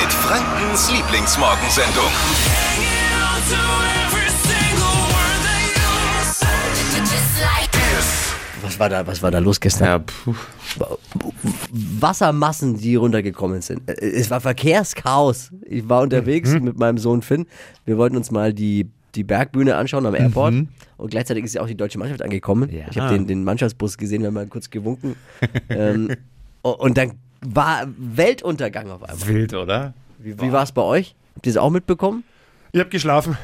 Frankens Lieblingsmorgensendung. Was war da, was war da los gestern? Ja, puh. Wassermassen, die runtergekommen sind. Äh, Es war Verkehrschaos. Ich war unterwegs Mhm. mit meinem Sohn Finn. Wir wollten uns mal die, die Bergbühne anschauen am Airport. Und gleichzeitig ist ja auch die deutsche Mannschaft angekommen. Mhm. Ja. Ich habe den, den Mannschaftsbus gesehen, wir haben mal kurz gewunken. ähm, o- und dann war Weltuntergang auf einmal. Wild, oder? Wie, wie war es bei euch? Habt ihr es auch mitbekommen? Ich habe geschlafen.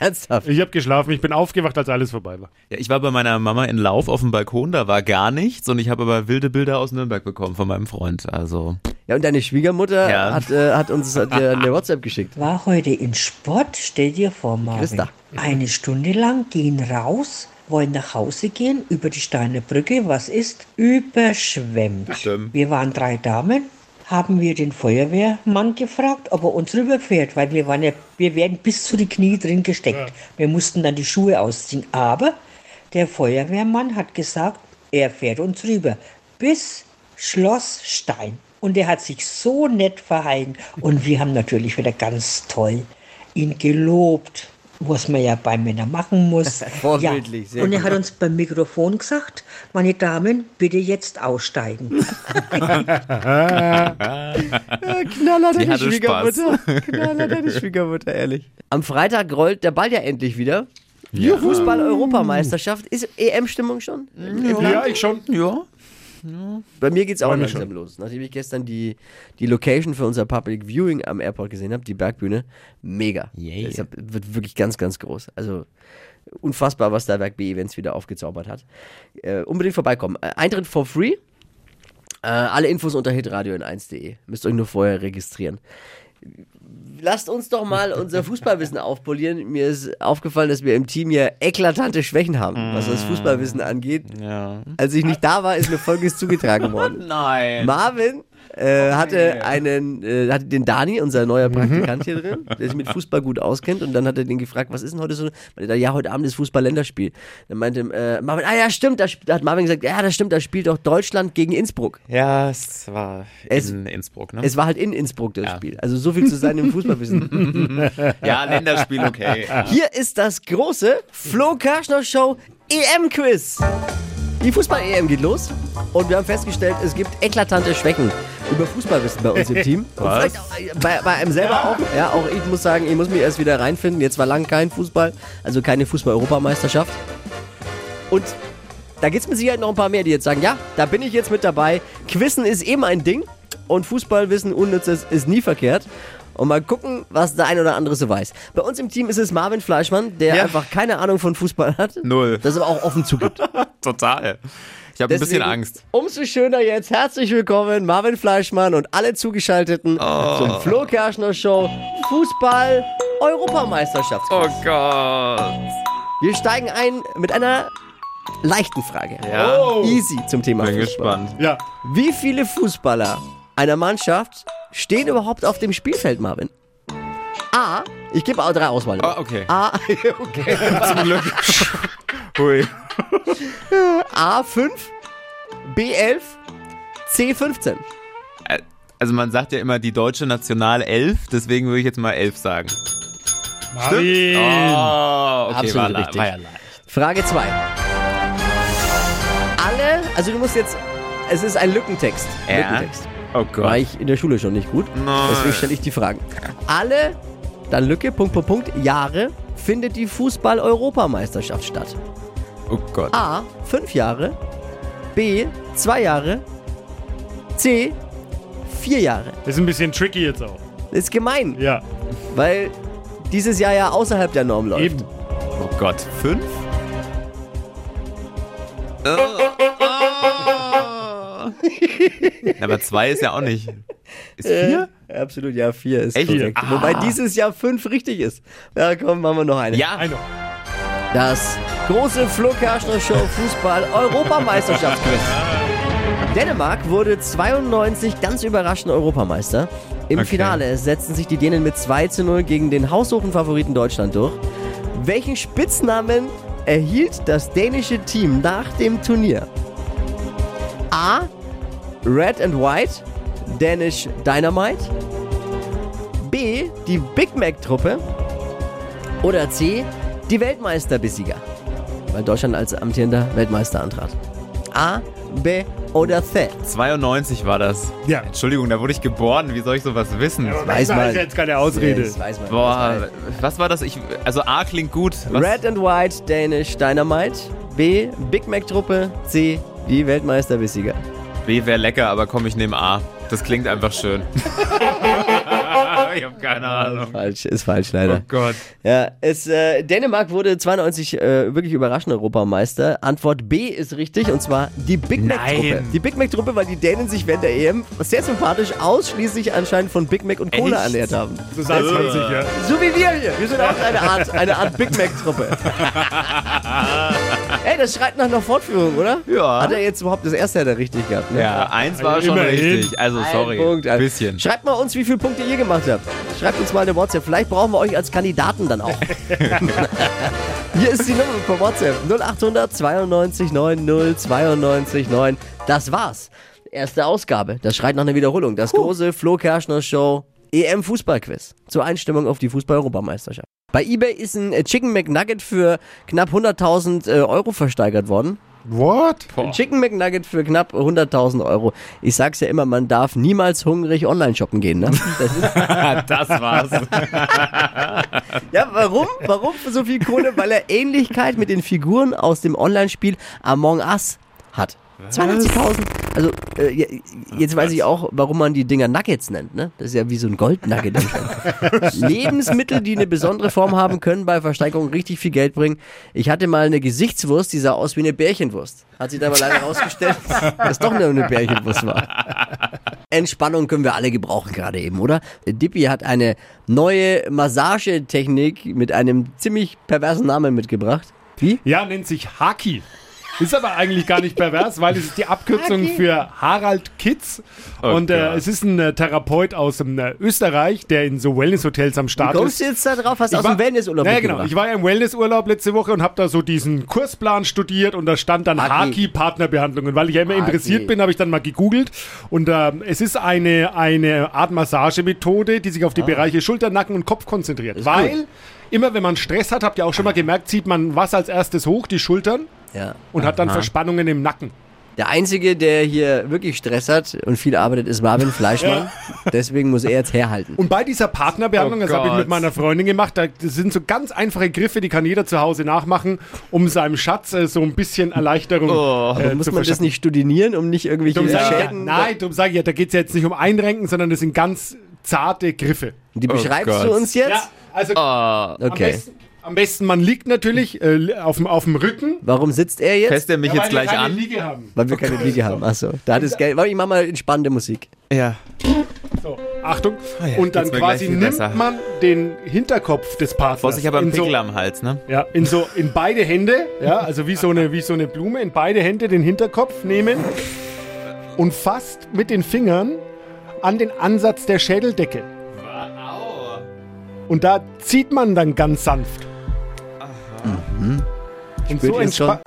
Ernsthaft? Ich habe geschlafen. Ich bin aufgewacht, als alles vorbei war. Ja, ich war bei meiner Mama in Lauf auf dem Balkon, da war gar nichts und ich habe aber wilde Bilder aus Nürnberg bekommen von meinem Freund. Also, Ja, und deine Schwiegermutter Ja. hat, äh, hat uns hat, dir eine WhatsApp geschickt. War heute in Sport, stell dir vor, Marvin. Christa. Eine Stunde lang gehen raus, wollen nach Hause gehen, über die Steiner Brücke, was ist? Überschwemmt. Stimmt. Wir waren drei Damen, haben wir den Feuerwehrmann gefragt, ob er uns rüberfährt, weil wir waren ja, wir werden bis zu die Knie drin gesteckt. Wir mussten dann die Schuhe ausziehen, aber der Feuerwehrmann hat gesagt, er fährt uns rüber bis Schloss Stein. Und er hat sich so nett verhalten. Und wir haben natürlich wieder ganz toll ihn gelobt, was man ja bei Männern machen muss. Vorbildlich, ja. sehr Und er gut. hat uns beim Mikrofon gesagt, meine Damen, bitte jetzt aussteigen. Knaller Die hatte Spaß. Knaller deine Schwiegermutter, ehrlich. Am Freitag rollt der Ball ja endlich wieder. Fußball-Europameisterschaft. Ist EM-Stimmung schon? Mhm. Ja, ich schon. ja. Bei mir geht's auch Bei mir langsam los. Nachdem ich gestern die, die Location für unser Public Viewing am Airport gesehen habe, die Bergbühne, mega. Yeah. Deshalb wird wirklich ganz, ganz groß. Also unfassbar, was der Werk B-Events wieder aufgezaubert hat. Äh, unbedingt vorbeikommen. Äh, Eintritt for free. Äh, alle Infos unter hitradio in 1.de. Müsst euch nur vorher registrieren. Lasst uns doch mal unser Fußballwissen aufpolieren. Mir ist aufgefallen, dass wir im Team hier eklatante Schwächen haben, was das Fußballwissen angeht. Als ich nicht da war, ist mir Folgendes zugetragen worden. Oh Nein. Oh Marvin äh, hatte einen, äh, hatte den Dani, unser neuer Praktikant hier drin, der sich mit Fußball gut auskennt. Und dann hat er den gefragt, was ist denn heute so? Meinte er, ja, heute Abend ist Fußball-Länderspiel. Dann meinte äh, Marvin, ah ja, stimmt, da, sp- da hat Marvin gesagt, ja, das stimmt, da spielt doch Deutschland gegen Innsbruck. Ja, es war Es- in Innsbruck, ne? Es war halt in Innsbruck das Ja. Spiel. Also so viel zu seinem Fußballwissen. ja, Länderspiel, okay. Hier ist das große Flo Kerschner Show E EM-Quiz. Die Fußball-EM geht los und wir haben festgestellt, es gibt eklatante Schwächen über Fußballwissen bei uns im Team. Und Was? vielleicht auch bei, bei einem selber auch. Ja, auch ich muss sagen, ich muss mich erst wieder reinfinden. Jetzt war lang kein Fußball, also keine Fußball-Europameisterschaft. Und da gibt es mit Sicherheit noch ein paar mehr, die jetzt sagen, ja, da bin ich jetzt mit dabei. Quizzen ist eben ein Ding und Fußballwissen unnützes ist nie verkehrt. Und mal gucken, was der ein oder andere so weiß. Bei uns im Team ist es Marvin Fleischmann, der Ja. einfach keine Ahnung von Fußball hat. Null. Das aber auch offen zugibt. Total. Ich habe ein bisschen Deswegen Angst. Umso schöner jetzt. Herzlich willkommen, Marvin Fleischmann und alle Zugeschalteten Oh. zum Flo Kerschner Show Fußball Europameisterschaft. Oh Gott. Wir steigen ein mit einer leichten Frage. Ja. Easy zum Thema Bin Fußball. gespannt. Oh. Ja. Wie viele Fußballer einer Mannschaft stehen überhaupt auf dem Spielfeld, Marvin? A. Ich gebe auch drei Auswahl. Ah, okay. Ah. A. Zum Glück. Hui. A5, B11, C15. Äh, Also man sagt ja immer die deutsche Nationalelf, deswegen würde ich jetzt mal elf sagen. Marvin. Oh, okay, Absolut war, la- richtig. war ja leicht. Frage 2. Alle, also du musst jetzt, es ist ein Lückentext. Ja. Lückentext. Oh War Gott. ich in der Schule schon nicht gut. Nein. Deswegen stelle ich die Fragen. Alle, dann Lücke, Punkt, Punkt, Punkt, Jahre findet die Fußball-Europameisterschaft statt. Oh Gott. A. 5 Jahre. B. 2 Jahre. C. 4 Jahre. Ist ein bisschen tricky jetzt auch. Ist gemein, Ja. weil dieses Jahr ja außerhalb der Norm läuft. Eben. Oh Gott. Fünf? Aber zwei ist ja auch nicht. Ist vier? Ja, Absolut, ja, 4 ist Echt? korrekt. Ah. Wobei dieses Jahr 5 richtig ist. Äh. Ja, komm, machen wir noch eine. Ja. Einer. Das große Flo Kerschner Show Fußball Europameisterschaftsquiz. Dänemark wurde 92 ganz überraschend Europameister. Im Okay. Finale setzten sich die Dänen mit 2 zu 0 gegen den haushohen Favoriten Deutschland durch. Welchen Spitznamen erhielt das dänische Team nach dem Turnier? A. Red and White, Danish Dynamite. B, die Big Mac-Truppe. Oder C, die Weltmeisterbesieger. Weil Deutschland als amtierender Weltmeister antrat. A, B oder C. 92 war das. Ja. Entschuldigung, da wurde ich geboren. Wie soll ich sowas wissen? Weiß Das man. ist jetzt keine Ausrede. Das weiß man. Das weiß Boah, was war das? Ich, also A klingt gut. man. Was? Red and White Danish Dynamite. B, Big Mac-Truppe. C, die Weltmeisterbesieger. Hm. B wäre lecker, aber komm, ich nehme A. Das klingt einfach schön. ich habe keine Ahnung. Falsch, ist falsch Oh leider. Hm. Gott. Ja, es, äh, Dänemark wurde 92 äh, wirklich überraschend Europameister. Antwort B ist richtig und zwar die Big Mac-Truppe. Nein. Die Big Mac-Truppe, weil die Dänen sich während der EM sehr sympathisch ausschließlich anscheinend von Big Mac und Cola Echt? ernährt haben. So sagt man sich, ja. So wie wir hier. Wir sind auch eine Art, eine Art Big Mac-Truppe. Ey, das schreit nach einer Fortführung, oder? Ja. Hat er jetzt überhaupt das erste hat er richtig gehabt, ne? Ja, eins war Also schon immerhin. richtig. Also sorry. Ein Punkt. Also, Bisschen. Schreibt mal uns, wie viele Punkte ihr gemacht habt. Schreibt uns mal eine WhatsApp. Vielleicht brauchen wir euch als Kandidaten dann auch. Hier ist die Nummer per WhatsApp. 0800 92 90 92 9. Das war's. Erste Ausgabe. Das schreit nach einer Wiederholung. Das große Flo Kerschner Show EM Fußballquiz. Zur Einstimmung auf die Fußball-Europameisterschaft. Bei eBay ist ein äh, Chicken McNugget für knapp 100.000 äh, Euro versteigert worden. What? Ein Chicken McNugget für knapp 100.000 Euro. Ich sag's ja immer, man darf niemals hungrig online shoppen gehen, ne? Das ist, Das war's. ja, warum? Warum für so viel Kohle? Weil er Ähnlichkeit mit den Figuren aus dem Online-Spiel Among Us hat. 200.000. Also, äh, je- jetzt weiß ich auch, warum man die Dinger Nuggets nennt, ne? Das ist ja wie so ein Gold-Nugget. Lebensmittel, die eine besondere Form haben, können bei Versteigerung richtig viel Geld bringen. Ich hatte mal eine Gesichtswurst, die sah aus wie eine Bärchenwurst. Hat sich dann aber leider herausgestellt, dass es doch nur eine Bärchenwurst war. Entspannung können wir alle gebrauchen gerade eben, oder? Dippy hat eine neue Massagetechnik mit einem ziemlich perversen Namen mitgebracht. Wie? Ja, nennt sich Haki. Ist aber eigentlich gar nicht pervers, weil es ist die Abkürzung für Harald Kitz. Oh und äh, Gott. es ist ein äh, Therapeut aus ähm, äh, Österreich, der in so Wellness-Hotels am Start ist. Kommst du jetzt da drauf? Hast du Ich aus war- dem Wellnessurlaub Naja, genau. mitgebracht? Ich war ja im Wellnessurlaub letzte Woche und habe da so diesen Kursplan studiert und da stand dann Haki. Haki-Partnerbehandlung. Und weil ich ja immer Haki. interessiert bin, habe ich dann mal gegoogelt. Und ähm, es ist eine, eine Art Massagemethode, die sich auf die Ah. Bereiche Schulter, Nacken und Kopf konzentriert. weil immer wenn man Stress hat, habt ihr auch schon mal Ah. gemerkt, zieht man was als erstes hoch, die Schultern, Ja. und hat dann Verspannungen im Nacken. Der Einzige, der hier wirklich Stress hat und viel arbeitet, ist Marvin Fleischmann. Deswegen muss er jetzt herhalten. Und bei dieser Partnerbehandlung, Oh das habe ich Gott. mit meiner Freundin gemacht, da das sind so ganz einfache Griffe, die kann jeder zu Hause nachmachen, um seinem Schatz äh, so ein bisschen Erleichterung Oh. äh, muss zu man das verschaffen. nicht studieren, um nicht irgendwelche Drum sag ich ja, Schäden... nein, darum sage ich ja, da geht es ja jetzt nicht um Einrenken, sondern das sind ganz zarte Griffe. Die Oh beschreibst Gott. du uns jetzt? also Oh. am, Okay. besten, am besten, man liegt natürlich äh, auf, dem, auf dem Rücken. Warum sitzt er jetzt? Fässt er mich Ja, jetzt weil wir gleich keine an? Liege haben. Weil wir keine Liege haben. Achso, da hat es Geld. Warte, ich mach mal entspannende Musik. Ja. So, Achtung. Ah ja, Und dann geht's mir gleich quasi viel nimmt besser. man den Hinterkopf des Partners. Boss, ich habe einen in so, Pickel am Hals, ne? Ja, in so in beide Hände, ja, also wie so eine wie so eine Blume in beide Hände den Hinterkopf nehmen und fast mit den Fingern an den Ansatz der Schädeldecke. Und da zieht man dann ganz sanft. Und, Spürt so ihr's schon? entspa-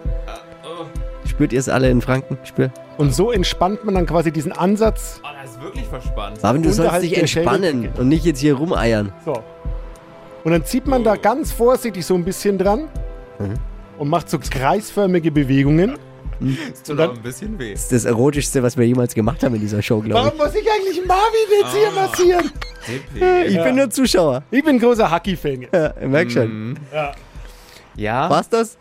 Spürt ihr es alle in Franken? Spür. und so entspannt man dann quasi diesen Ansatz. Oh, das ist wirklich verspannt. Marvin, du sollst Unterhalb dich der entspannen Schädeldecke. und nicht jetzt hier rumeiern. So. Und dann zieht man da ganz vorsichtig so ein bisschen dran Mhm. und macht so kreisförmige Bewegungen. Das tut auch ein bisschen weh. Das ist das Erotischste, was wir jemals gemacht haben in dieser Show, glaube Warum muss ich eigentlich Marvin jetzt hier massieren? ich. Ich bin nur Zuschauer. Ich bin großer Haki-Fan. jetzt. Ja, ich merk Mhm. schon. Ja. War's das?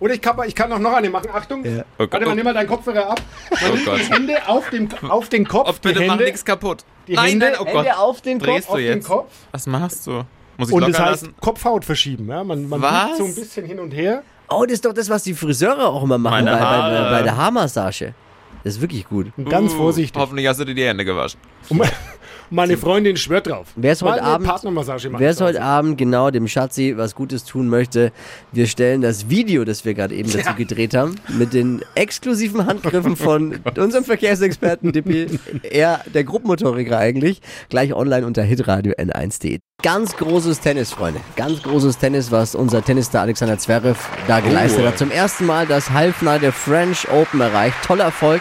Oder ich kann, ich kann auch noch eine machen. Achtung. Ja. Oh Gott. Warte mal, nimm mal deinen Kopfhörer ab. Man Oh nimmt Gott. die Hände auf, dem, auf den Kopf. Oh, bitte die mach Hände nichts kaputt. Die nein, Hände- nein, oh Gott. Hände auf den Drehst Kopf. auf du den jetzt? Kopf. Was machst du? Muss ich Und locker das heißt lassen? Kopfhaut verschieben. Ja? Man, man Was? biegt so ein bisschen hin und her. Oh, das ist doch das, was die Friseure auch immer machen bei, Meine bei, bei, Haare. bei der Haarmassage. Das ist wirklich gut. Und ganz Uh, vorsichtig. Hoffentlich hast du dir die Hände gewaschen. Und me- meine Freundin schwört drauf. Wer ist Mal heute eine Abend- Partnermassage machen. Wer es zu Hause. heute Abend genau dem Schatzi was Gutes tun möchte, wir stellen das Video, das wir gerade eben dazu gedreht haben, mit den exklusiven Handgriffen von unserem Verkehrsexperten Dippi, er der Gruppenmotoriker eigentlich, gleich online unter hitradio n1.de. Ganz großes Tennis, Freunde. Ganz großes Tennis, was unser Tennisstar Alexander Zverev da geleistet hat. Zum ersten Mal das Halbfinale der French Open erreicht. Toller Erfolg.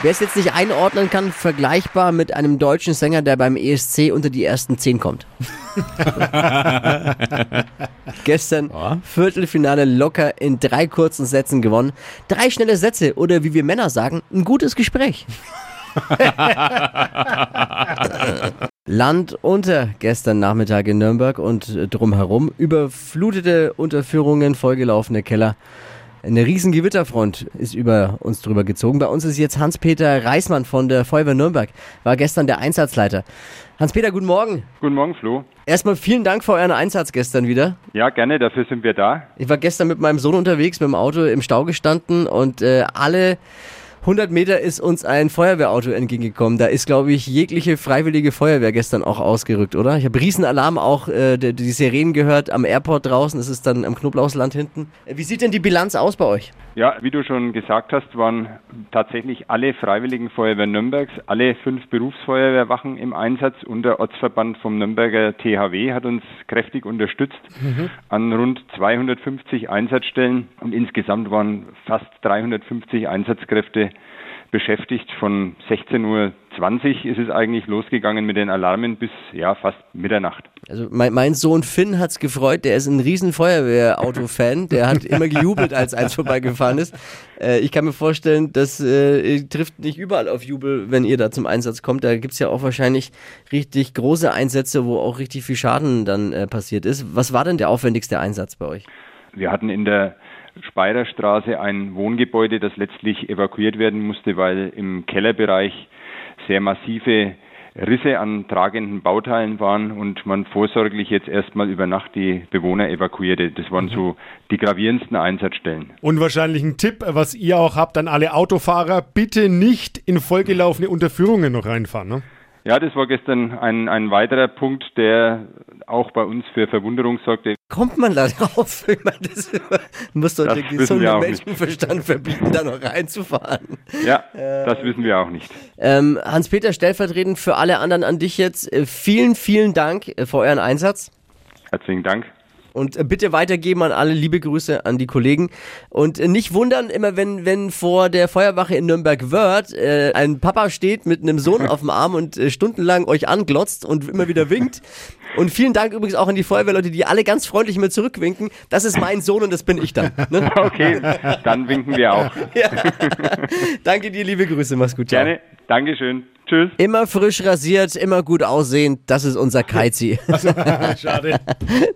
Wer es jetzt nicht einordnen kann, vergleichbar mit einem deutschen Sänger, der beim ESC unter die ersten zehn kommt. Gestern Viertelfinale locker in drei kurzen Sätzen gewonnen. Drei schnelle Sätze oder wie wir Männer sagen, ein gutes Gespräch. Land unter gestern Nachmittag in Nürnberg und äh, drumherum. Überflutete Unterführungen, vollgelaufene Keller. Eine riesen Gewitterfront ist über uns drüber gezogen. Bei uns ist jetzt Hans-Peter Reismann von der Feuerwehr Nürnberg, war gestern der Einsatzleiter. Hans-Peter, guten Morgen. Guten Morgen, Flo. Erstmal vielen Dank für euren Einsatz gestern wieder. Ja, gerne, dafür sind wir da. Ich war gestern mit meinem Sohn unterwegs, mit dem Auto im Stau gestanden und äh, alle 100 Meter ist uns ein Feuerwehrauto entgegengekommen. Da ist, glaube ich, jegliche freiwillige Feuerwehr gestern auch ausgerückt, oder? Ich habe Riesenalarm auch, äh, die, die Sirenen gehört am Airport draußen, es ist dann am Knoblauchsland hinten. Äh, Wie sieht denn die Bilanz aus bei euch? Ja, wie du schon gesagt hast, waren tatsächlich alle Freiwilligen Feuerwehr Nürnbergs, alle fünf Berufsfeuerwehrwachen im Einsatz und der Ortsverband vom Nürnberger THW hat uns kräftig unterstützt an rund 250 Einsatzstellen und insgesamt waren fast 350 Einsatzkräfte beschäftigt. Von 16.20 Uhr ist es eigentlich losgegangen mit den Alarmen bis ja fast Mitternacht. Also mein, mein Sohn Finn hat's gefreut, der ist ein riesen Feuerwehrauto-Fan, der hat immer gejubelt, als eins vorbeigefahren ist. Äh, ich kann mir vorstellen, das äh, trifft nicht überall auf Jubel, wenn ihr da zum Einsatz kommt. Da gibt's ja auch wahrscheinlich richtig große Einsätze, wo auch richtig viel Schaden dann äh, passiert ist. Was war denn der aufwendigste Einsatz bei euch? Wir hatten in der Speierstraße ein Wohngebäude, das letztlich evakuiert werden musste, weil im Kellerbereich sehr massive Risse an tragenden Bauteilen waren und man vorsorglich jetzt erstmal über Nacht die Bewohner evakuierte. Das waren so die gravierendsten Einsatzstellen. Und wahrscheinlich ein Tipp, was ihr auch habt an alle Autofahrer, bitte nicht in vollgelaufene Unterführungen noch reinfahren. Ne? Ja, das war gestern ein, ein weiterer Punkt, der auch bei uns für Verwunderung sorgte. Kommt man da drauf? Ich meine, das muss doch Das der wissen wir gesunde auch nicht. Menschenverstand verbieten, da noch reinzufahren. Ja, das wissen wir auch nicht. Ähm, Hans-Peter, stellvertretend für alle anderen an dich jetzt, äh, vielen, vielen Dank äh, für euren Einsatz. Herzlichen Dank. Und äh, bitte weitergeben an alle liebe Grüße an die Kollegen. Und äh, nicht wundern, immer wenn, wenn vor der Feuerwache in Nürnberg Wörth äh, ein Papa steht mit einem Sohn auf dem Arm und äh, stundenlang euch anglotzt und immer wieder winkt. Und vielen Dank übrigens auch an die Feuerwehrleute, die alle ganz freundlich mir zurückwinken. Das ist mein Sohn und das bin ich dann. Ne? Okay, dann winken wir auch. Danke dir, liebe Grüße, mach's gut. ciao. Gerne. Dankeschön. Tschüss. Immer frisch rasiert, immer gut aussehend, das ist unser Kaizi. Schade.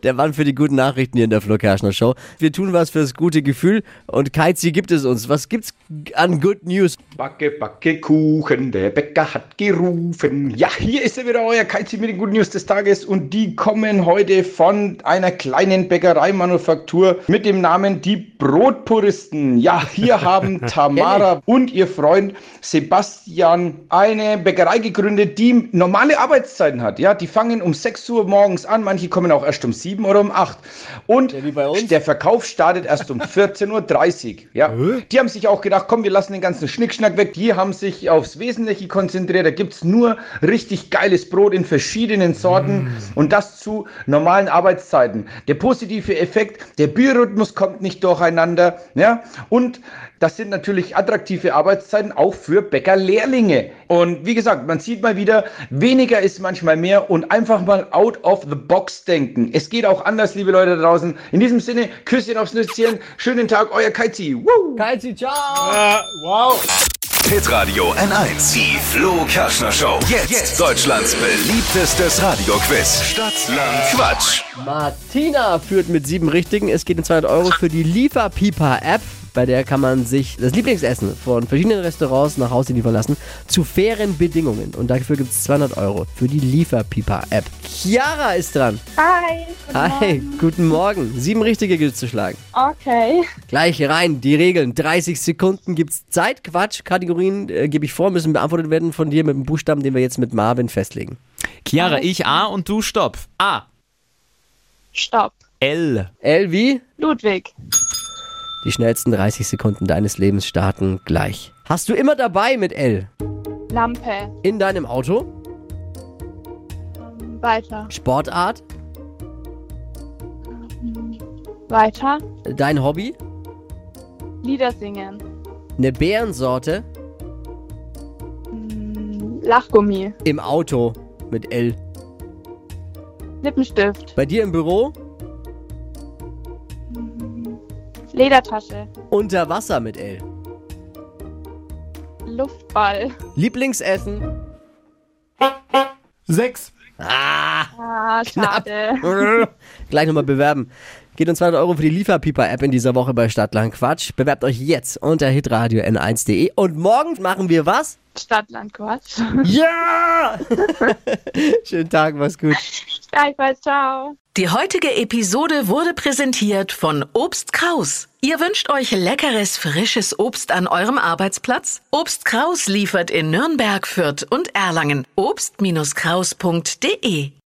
der Mann für die guten Nachrichten hier in der Flo Kerschner Show. Wir tun was fürs gute Gefühl und Keizi gibt es uns. Was gibt's an Good News? Backe, backe Kuchen, der Bäcker hat gerufen. Ja, hier ist er wieder, euer Kaizi mit den Good News des Tages und die kommen heute von einer kleinen Bäckereimanufaktur mit dem Namen die Brotpuristen. Ja, hier haben Tamara und ihr Freund Sebastian eine Bäckerei gegründet, die normale Arbeitszeiten hat. Ja, die fangen um 6 Uhr morgens an, manche kommen auch erst um 7 oder um 8. Und wie bei uns. der Verkauf startet erst um 14.30 Uhr. Ja. Die haben sich auch gedacht, komm, wir lassen den ganzen Schnickschnack weg. Die haben sich aufs Wesentliche konzentriert. Da gibt es nur richtig geiles Brot in verschiedenen Sorten und das zu normalen Arbeitszeiten. Der positive Effekt, der Biorhythmus kommt nicht durcheinander. Ja. Und das sind natürlich attraktive Arbeitszeiten auch für Bäckerlehrlinge. Und wie gesagt, man sieht mal wieder, weniger ist manchmal mehr und einfach mal out of the box denken. Es geht auch anders, liebe Leute da draußen. In diesem Sinne, Küsschen aufs Nüsschen, schönen Tag, euer Kaizi. Woo! Keizi, ciao! Ah, wow. Hitradio N1. Die Flo Kerschner Show. Jetzt, Deutschlands beliebtestes Radioquiz. Stadt, Land, Quatsch. Martina führt mit sieben Richtigen. Es geht um 200 Euro für die Lieferpipa-App. Bei der kann man sich das Lieblingsessen von verschiedenen Restaurants nach Hause liefern lassen. Zu fairen Bedingungen. Und dafür gibt es 200 Euro für die Lieferpipa-App. Chiara ist dran. Hi. Guten Hi, guten Morgen. Sieben Richtige gilt zu schlagen. Morgen. Okay. Gleich rein, die Regeln. 30 Sekunden gibt's Zeit. Quatsch, Kategorien äh, gebe ich vor, müssen beantwortet werden von dir mit dem Buchstaben, den wir jetzt mit Marvin festlegen. Chiara, ich A und du Stopp. A. Stopp. L. L wie? Ludwig. Die schnellsten 30 Sekunden deines Lebens starten gleich. Hast du immer dabei mit L? Lampe. In deinem Auto? Mm, Weiter. Sportart? Mm, Weiter. Dein Hobby? Lieder singen. Eine Bärensorte? Mm, Lachgummi. Im Auto mit L. Lippenstift. Bei dir im Büro Ledertasche. unter Wasser mit L. Luftball. Lieblingsessen. Sechs. Ah, schade. Gleich nochmal bewerben. Geht uns 200 Euro für die Lieferpieper-App in dieser Woche bei Stadtland Quatsch. Bewerbt euch jetzt unter hitradio n1.de. Und morgen machen wir was? Stadtland Quatsch. Ja! Schönen Tag, mach's gut. Gleichfalls, ciao. Die heutige Episode wurde präsentiert von Obst Kraus. Ihr wünscht euch leckeres, frisches Obst an eurem Arbeitsplatz? Obst Kraus liefert in Nürnberg, Fürth und Erlangen. Obst-Kraus.de